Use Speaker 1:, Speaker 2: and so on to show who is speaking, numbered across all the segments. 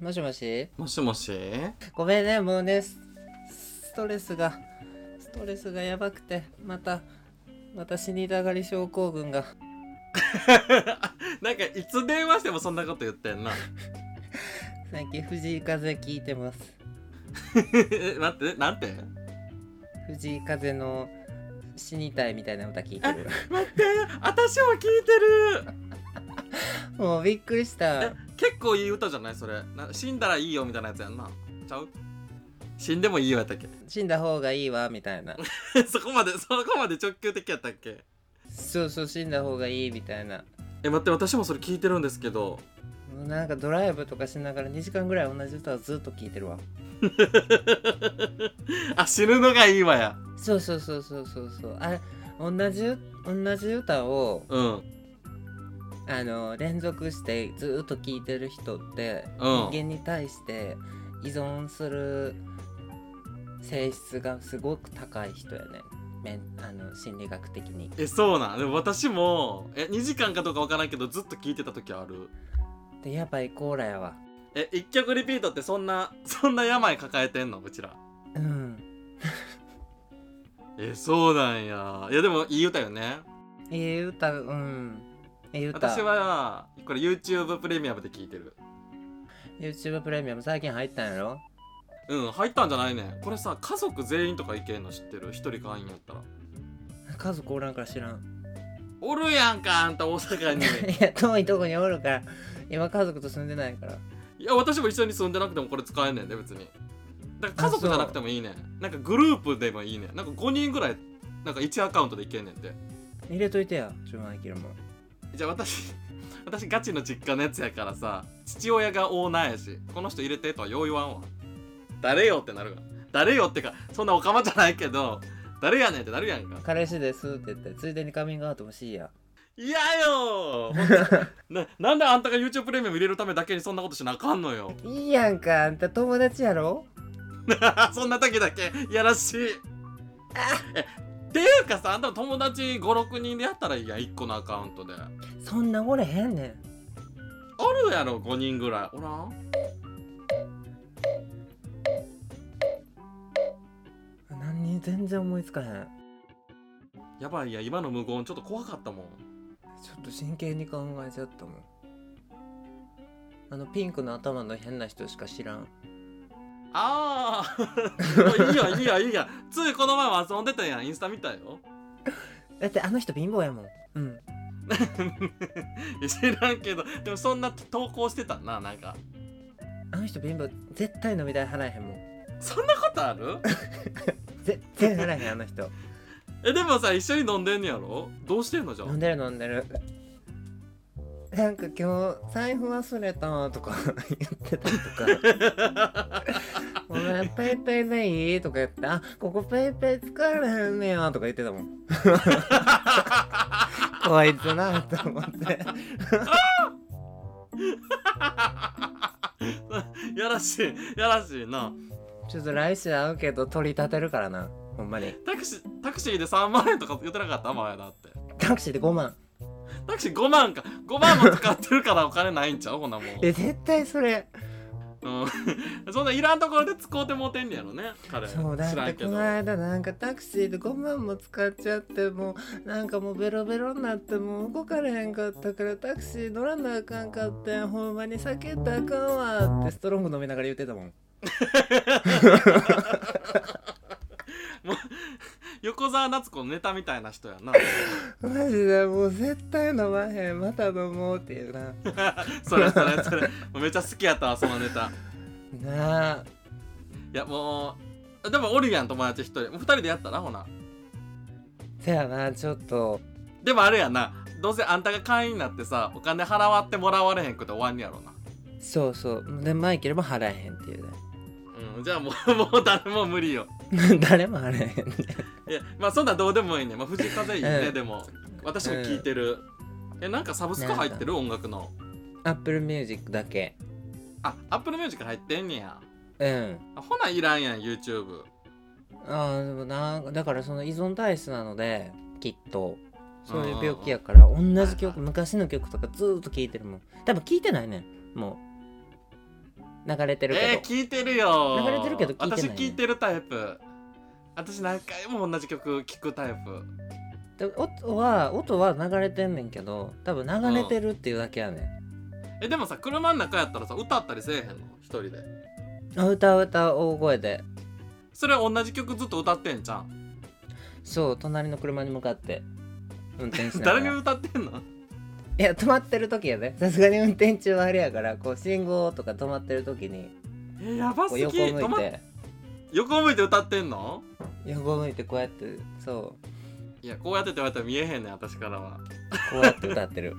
Speaker 1: もしもし
Speaker 2: もしもし
Speaker 1: ごめんねもうねスストレスがストレスがやばくてまたまた死にたがり症候群が
Speaker 2: なんかいつ電話してもそんなこと言ってんな
Speaker 1: 最近藤井風聞いてます
Speaker 2: 待ってなんて
Speaker 1: 藤井風の死にたいみたいな歌聞いてる
Speaker 2: 待って私も聞いてる
Speaker 1: もうびっくりした
Speaker 2: え結構いい歌じゃないそれな死んだらいいよみたいなやつやんなちゃう死んでもいいよやったっけ
Speaker 1: 死んだ方がいいわみたいな
Speaker 2: そこまでそこまで直球的やったっけ
Speaker 1: そうそう死んだ方がいいみたいな
Speaker 2: え待って私もそれ聞いてるんですけど
Speaker 1: もうなんかドライブとかしながら2時間ぐらい同じ歌をずっと聴いてるわ
Speaker 2: あ死ぬのがいいわや
Speaker 1: そうそうそうそうそうそうあれ同じ同じ歌を
Speaker 2: うん
Speaker 1: あの連続してずっと聴いてる人って、
Speaker 2: うん
Speaker 1: 人間に対して依存する性質がすごく高い人やねめんあの心理学的に。
Speaker 2: えそうなんでも私もえ2時間かどうかわからんけどずっと聞いてた時ある
Speaker 1: でやっぱりコーラやわ。
Speaker 2: え一曲リピートってそんなそんな病抱えてんのこちら
Speaker 1: うん。
Speaker 2: えそうなんやいやでもいい歌よね
Speaker 1: ええ歌うん。ええ歌
Speaker 2: 私はこれ YouTube プレミアムで聞いてる
Speaker 1: YouTube プレミアム最近入ったんやろ
Speaker 2: うん入ったんじゃないねこれさ家族全員とかいけんの知ってる一人会員やったら
Speaker 1: 家族おらんから知らん。
Speaker 2: おるやんかあんた大阪 に
Speaker 1: いや遠いとこにおるから今家族と住んでないから。
Speaker 2: いや私も一緒に住んでなくてもこれ使えんねんで別にだから家族じゃなくてもいいねんなんかグループでもいいねんなんか5人ぐらいなんか1アカウントでいけんねんて
Speaker 1: 入れといてや10万いけるもん。
Speaker 2: じゃあ私 私ガチの実家のやつやからさ父親がオーナーやしこの人入れてとはよう言わんわ誰よってなるが誰よってかそんなおかまじゃないけど誰やねんってなるやんか
Speaker 1: 彼氏ですって言ってついでにカミングアウトもしいや。
Speaker 2: いやよーな なんであんたが YouTube プレミアム入れるためだけにそんなことしなあかんのよ
Speaker 1: いいやんかあんた友達やろ
Speaker 2: そんな時だけいやらしいえっていうかさあんたの友達56人でやったらいいやん1個のアカウントであ
Speaker 1: そんなおれへんねん。
Speaker 2: るやろ5人ぐらいおらん
Speaker 1: 何に全然思いつかへん
Speaker 2: やばいや今の無言ちょっと怖かったもん
Speaker 1: ちょっと真剣に考えちゃったもんあのピンクの頭の変な人しか知らん
Speaker 2: ああいいよいいよいいよついこの前も遊んでたやんインスタ見たよ
Speaker 1: だってあの人貧乏やもんうん
Speaker 2: いや知らんけどでもそんな投稿してたななんか
Speaker 1: あの人貧乏絶対飲み代払えへんもん
Speaker 2: そんなことある
Speaker 1: 絶対払えへんあの人
Speaker 2: えでもさ一緒に飲んでんのやろどうしてんのじゃあ
Speaker 1: 飲んでる飲んでるなんか今日財布忘れたとか 言ってたりとかお前ペイペイないとか言ってあここペイペイ使われへんねやとか言ってたもんこいつなと思って
Speaker 2: やらしいやらしいな
Speaker 1: ちょっと来週会うけど取り立てるからなほんまに
Speaker 2: タクシータクシーで3万円とか言ってなかった前だって
Speaker 1: タクシーで5万
Speaker 2: タクシー5万か5万も使ってるからお金ないんちゃうほなもう、
Speaker 1: え絶対それ
Speaker 2: うん、 そんないらんところで使うてもうてんねやろね彼
Speaker 1: そうだ
Speaker 2: 知ら
Speaker 1: っ
Speaker 2: ん
Speaker 1: て
Speaker 2: け
Speaker 1: こ
Speaker 2: ど
Speaker 1: の間なんかタクシーで5万も使っちゃってもうなんかもうベロベロになってもう動かれへんかったからタクシー乗らなあかんかってんほんまに酒ったらあかんわってストロング飲みながら言ってたもん
Speaker 2: 横澤夏子のネタみたいな人やな
Speaker 1: マジでもう絶対飲まへんまた飲もうっていうな
Speaker 2: それそれそれもうめっちゃ好きやったわそのネタ
Speaker 1: なあ
Speaker 2: いやもうでもおるやん友達一人もう二人でやったなほな
Speaker 1: せやなちょっと
Speaker 2: でもあれやなどうせあんたが会員になってさお金払わってもらわれへんくて終わんねやろな
Speaker 1: そうそうでマイケルも払えへんっていう
Speaker 2: うんじゃあもう もう誰も無理よ
Speaker 1: ね 誰も払えへんね
Speaker 2: いやまあそんなんどうでもいいね、まあ、藤井風いい ね、
Speaker 1: うん
Speaker 2: でも私も聞いてる、えなんかサブスク入ってる音楽の
Speaker 1: アップルミュージックだけ
Speaker 2: あアップルミュージック入ってんねや
Speaker 1: うん
Speaker 2: あほないらんやん YouTube
Speaker 1: ああでもなだからその依存体質なのできっとそういう病気やから同じ
Speaker 2: はいは
Speaker 1: 曲
Speaker 2: い
Speaker 1: 昔の曲とかずーっと聴いてるもん多分聴いてないねんも流れてるけど、
Speaker 2: えー、聞いてるよ
Speaker 1: 流れてるけど聞いてない
Speaker 2: 私聞いてるタイプ私何回も同じ曲聞くタイプ
Speaker 1: で音は音は流れてんねんけど多分流れてるっていうだけやねん、
Speaker 2: えでもさ車の中やったらさ歌ったりせえへんの一人で
Speaker 1: あ歌う歌う大声で
Speaker 2: それ同じ曲ずっと歌ってんじゃん
Speaker 1: そう隣の車に向かって運転しなが
Speaker 2: 誰が
Speaker 1: ら
Speaker 2: 歌ってんの
Speaker 1: いや止まってる時やでさすがに運転中はあれやからこう信号とか止まってる時に
Speaker 2: えやば
Speaker 1: こ
Speaker 2: す
Speaker 1: う
Speaker 2: ぎ
Speaker 1: 横向
Speaker 2: 止
Speaker 1: い
Speaker 2: ま
Speaker 1: て
Speaker 2: 横向いて歌ってんの
Speaker 1: 横向いてこうやってそう
Speaker 2: いやこうやってって言われたら見えへんねん私からは
Speaker 1: こうやって歌ってる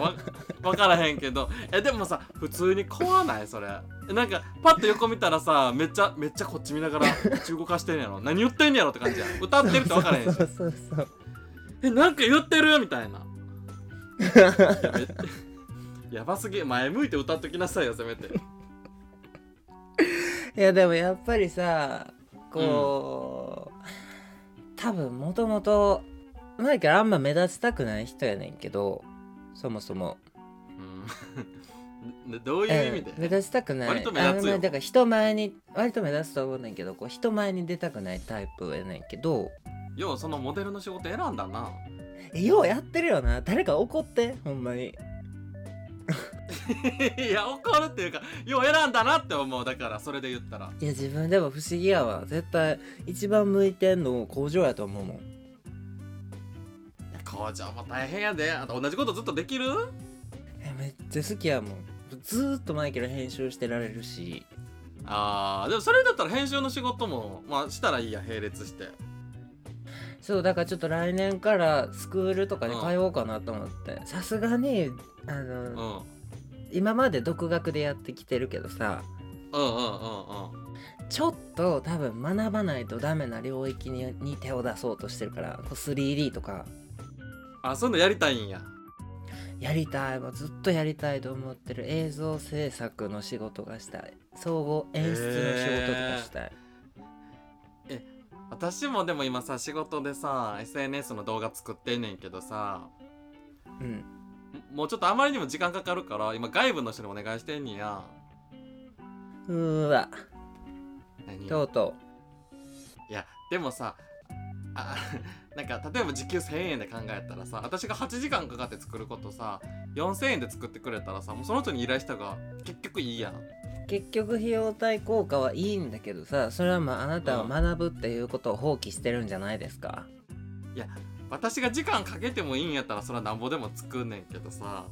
Speaker 2: わ分からへんけどえでもさ普通に怖ないそれえなんかパッと横見たらさめっちゃめっちゃこっち見ながら口動かしてんやろ何言ってんやろって感じやん歌ってるって分からへんし
Speaker 1: そうそうそう
Speaker 2: えなんか言ってるみた いなやめてやばすぎ前向いて歌っときなさいよせめて
Speaker 1: いやでもやっぱりさこう、多分もともと前からあんま目立ちたくない人やねんけどそもそも、
Speaker 2: うん でどういう意味
Speaker 1: うん目
Speaker 2: で、
Speaker 1: 立ちたくない
Speaker 2: 割と目立つよ
Speaker 1: あのねだから人前に割と目立つと思うねんけどこう人前に出たくないタイプやねんけど
Speaker 2: ようそのモデルの仕事選んだな
Speaker 1: えようやってるよな誰か怒ってほんまに
Speaker 2: いや怒るっていうかよう選んだなって思うだからそれで言ったら
Speaker 1: いや自分でも不思議やわ絶対一番向いてんの工場やと思うもん
Speaker 2: 工場も大変やであんた同じことずっとできる
Speaker 1: えめっちゃ好きやもんずーっとマイケル編集してられるし
Speaker 2: あーでもそれだったら編集の仕事もまあしたらいいや並列して
Speaker 1: そうだからちょっと来年からスクールとかに通おうかなと思ってさすがにあの、
Speaker 2: うんうん
Speaker 1: 今まで独学でやってきてるけどさ
Speaker 2: うんうんうん
Speaker 1: ちょっと多分学ばないとダメな領域にに手を出そうとしてるからこう 3D とか
Speaker 2: あそういうのやりたいんや
Speaker 1: やりたいもうずっとやりたいと思ってる映像制作の仕事がしたい総合演出の仕事とかしたい、
Speaker 2: 私もでも今さ仕事でさ SNS の動画作ってんねんけどさ
Speaker 1: うん
Speaker 2: ももうちょっとあまりにも時間かかるから今外部の人にお願いしてんねや
Speaker 1: うーわ
Speaker 2: 何
Speaker 1: とうと
Speaker 2: いやでもさあ なんか例えば時給1,000円で考えたらさ私が8時間かかって作ることさ4,000円で作ってくれたらさもうその人に依頼したが結局いいやん
Speaker 1: う結局費用対効果はいいんだけどさそれはまああなたは学ぶっていうことを放棄してるんじゃないですか、
Speaker 2: 私が時間かけてもいいんやったらそれはなんぼでも作んねんけどさ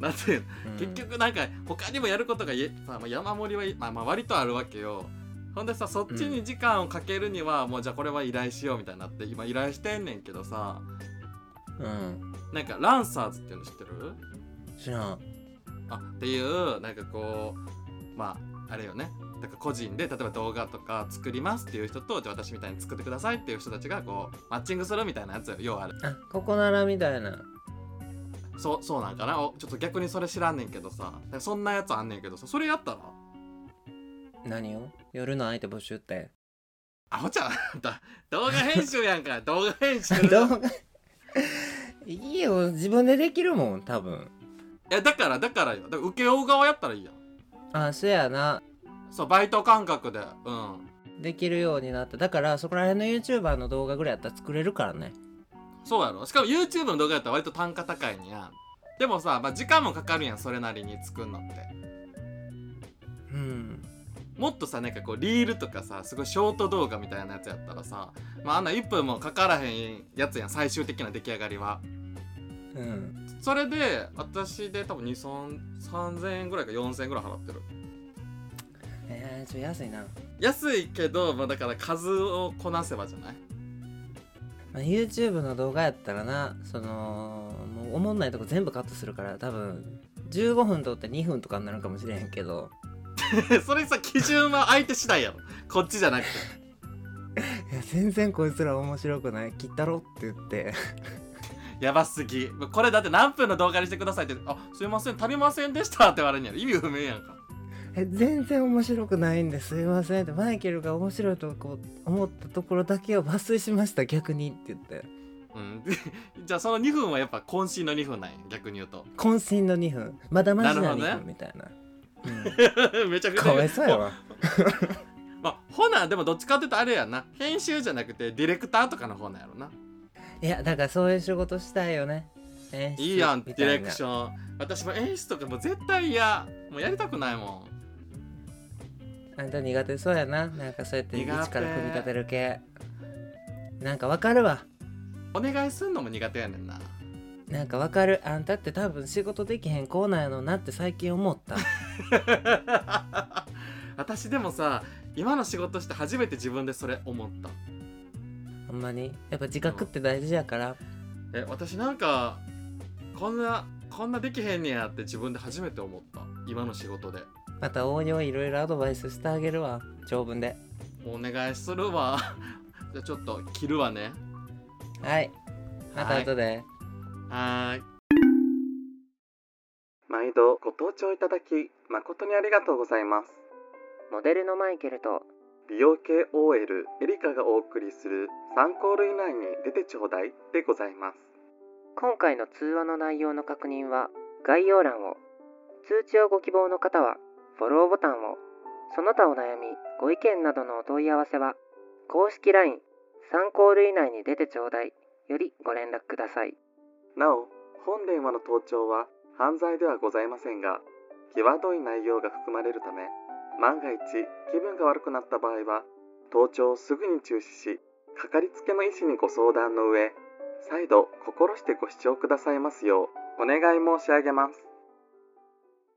Speaker 2: なんていうの
Speaker 1: うん
Speaker 2: 結局なんか他にもやることがいさまあ山盛りはいまあ、まあ割とあるわけよほんでさそっちに時間をかけるには、もうじゃあこれは依頼しようみたいになって今依頼してんねんけどさ
Speaker 1: うん
Speaker 2: なんかランサーズっていうの知ってる
Speaker 1: 知らん
Speaker 2: あっていうなんかこうまああれよねだから個人で例えば動画とか作りますっていう人とじゃあ私みたいに作ってくださいっていう人たちがこうマッチングするみたいなやつよ要はあれ
Speaker 1: あここならみたいな
Speaker 2: そうそうなんかなおちょっと逆にそれ知らんねんけどさだからそんなやつあんねんけどさそれやったら
Speaker 1: 何を夜の相手募集 って
Speaker 2: アホちゃんあんた動画編集やんか動画編 集
Speaker 1: どういいよ自分でできるもん多分
Speaker 2: いやだからだからよだから受け負う側やったらいいやん
Speaker 1: あそやな
Speaker 2: そうバイト感覚でうん
Speaker 1: できるようになっただからそこら辺の YouTuber の動画ぐらいやったら作れるからね
Speaker 2: そうやろしかも YouTube の動画やったら割と単価高いんやでもさ、まあ、時間もかかるやんそれなりに作んのって
Speaker 1: うん
Speaker 2: もっとさなんかこうリールとかさすごいショート動画みたいなやつやったらさまああんな1分もかからへんやつやん最終的な出来上がりは
Speaker 1: うん
Speaker 2: それで私で多分2 3 3000円ぐらいか4000円ぐらい払ってる
Speaker 1: えー、ちょ安いな、
Speaker 2: 安いけど、まあ、だから数をこなせばじゃない
Speaker 1: まあ、YouTube の動画やったらなそのもうおもんないとこ全部カットするから多分15分撮って2分とかになるかもしれへんけど
Speaker 2: それさ基準は相手次第やろこっちじゃなくて
Speaker 1: いや全然こいつら面白くない切ったろって言って
Speaker 2: やばすぎこれだって何分の動画にしてくださいってあすいません足りませんでしたって言われんやろ意味不明やんか
Speaker 1: え全然面白くないんですいませんってマイケルが面白いとこ思ったところだけを抜粋しました逆にって言って
Speaker 2: うん じゃあその2分はやっぱ渾身の2分なんや逆に言うと
Speaker 1: 渾身の2分まだマジな
Speaker 2: なるほど
Speaker 1: 2
Speaker 2: ね
Speaker 1: 分みたいな
Speaker 2: めちゃくち ゃ
Speaker 1: かわいそうやわ
Speaker 2: まあ、ほなでもどっちかっていうとあれやな編集じゃなくてディレクターとかの方なんやろない
Speaker 1: やだからそういう仕事したいよね演出
Speaker 2: いいやんデ
Speaker 1: みた
Speaker 2: ィ
Speaker 1: な
Speaker 2: レクション私も演出とかもう絶対嫌もうやりたくないもん
Speaker 1: あんた苦手そうやななんかそうやって一
Speaker 2: 苦手
Speaker 1: から組み立てる系なんかわかるわ
Speaker 2: お願いすんのも苦手やねんな
Speaker 1: なんかわかるあんたって多分仕事できへんコーナーやのなって最近思った
Speaker 2: 私でもさ今の仕事して初めて自分でそれ思った
Speaker 1: ほんまにやっぱ自覚って大事やから
Speaker 2: え私なんかこんなこんなできへんねやって自分で初めて思った今の仕事で
Speaker 1: また応用いろいろアドバイスしてあげるわ長文で
Speaker 2: お願いするわ じゃあちょっと切るわね
Speaker 1: はいまた後で、
Speaker 2: はーい
Speaker 3: 毎度ご登聴いただき誠にありがとうございます
Speaker 1: モデルのマイケルと
Speaker 3: 美容系 OL エリカがお送りする参考類以内に出てちょうだいでございます
Speaker 1: 今回の通話の内容の確認は概要欄を通知をご希望の方はフォローボタンをその他お悩みご意見などのお問い合わせは公式 LINE 参考類内に出てちょうだいよりご連絡ください
Speaker 3: なお本電話の盗聴は犯罪ではございませんが際どい内容が含まれるため万が一気分が悪くなった場合は盗聴をすぐに中止しかかりつけの医師にご相談の上再度心してご視聴くださいますようお願い申し上げます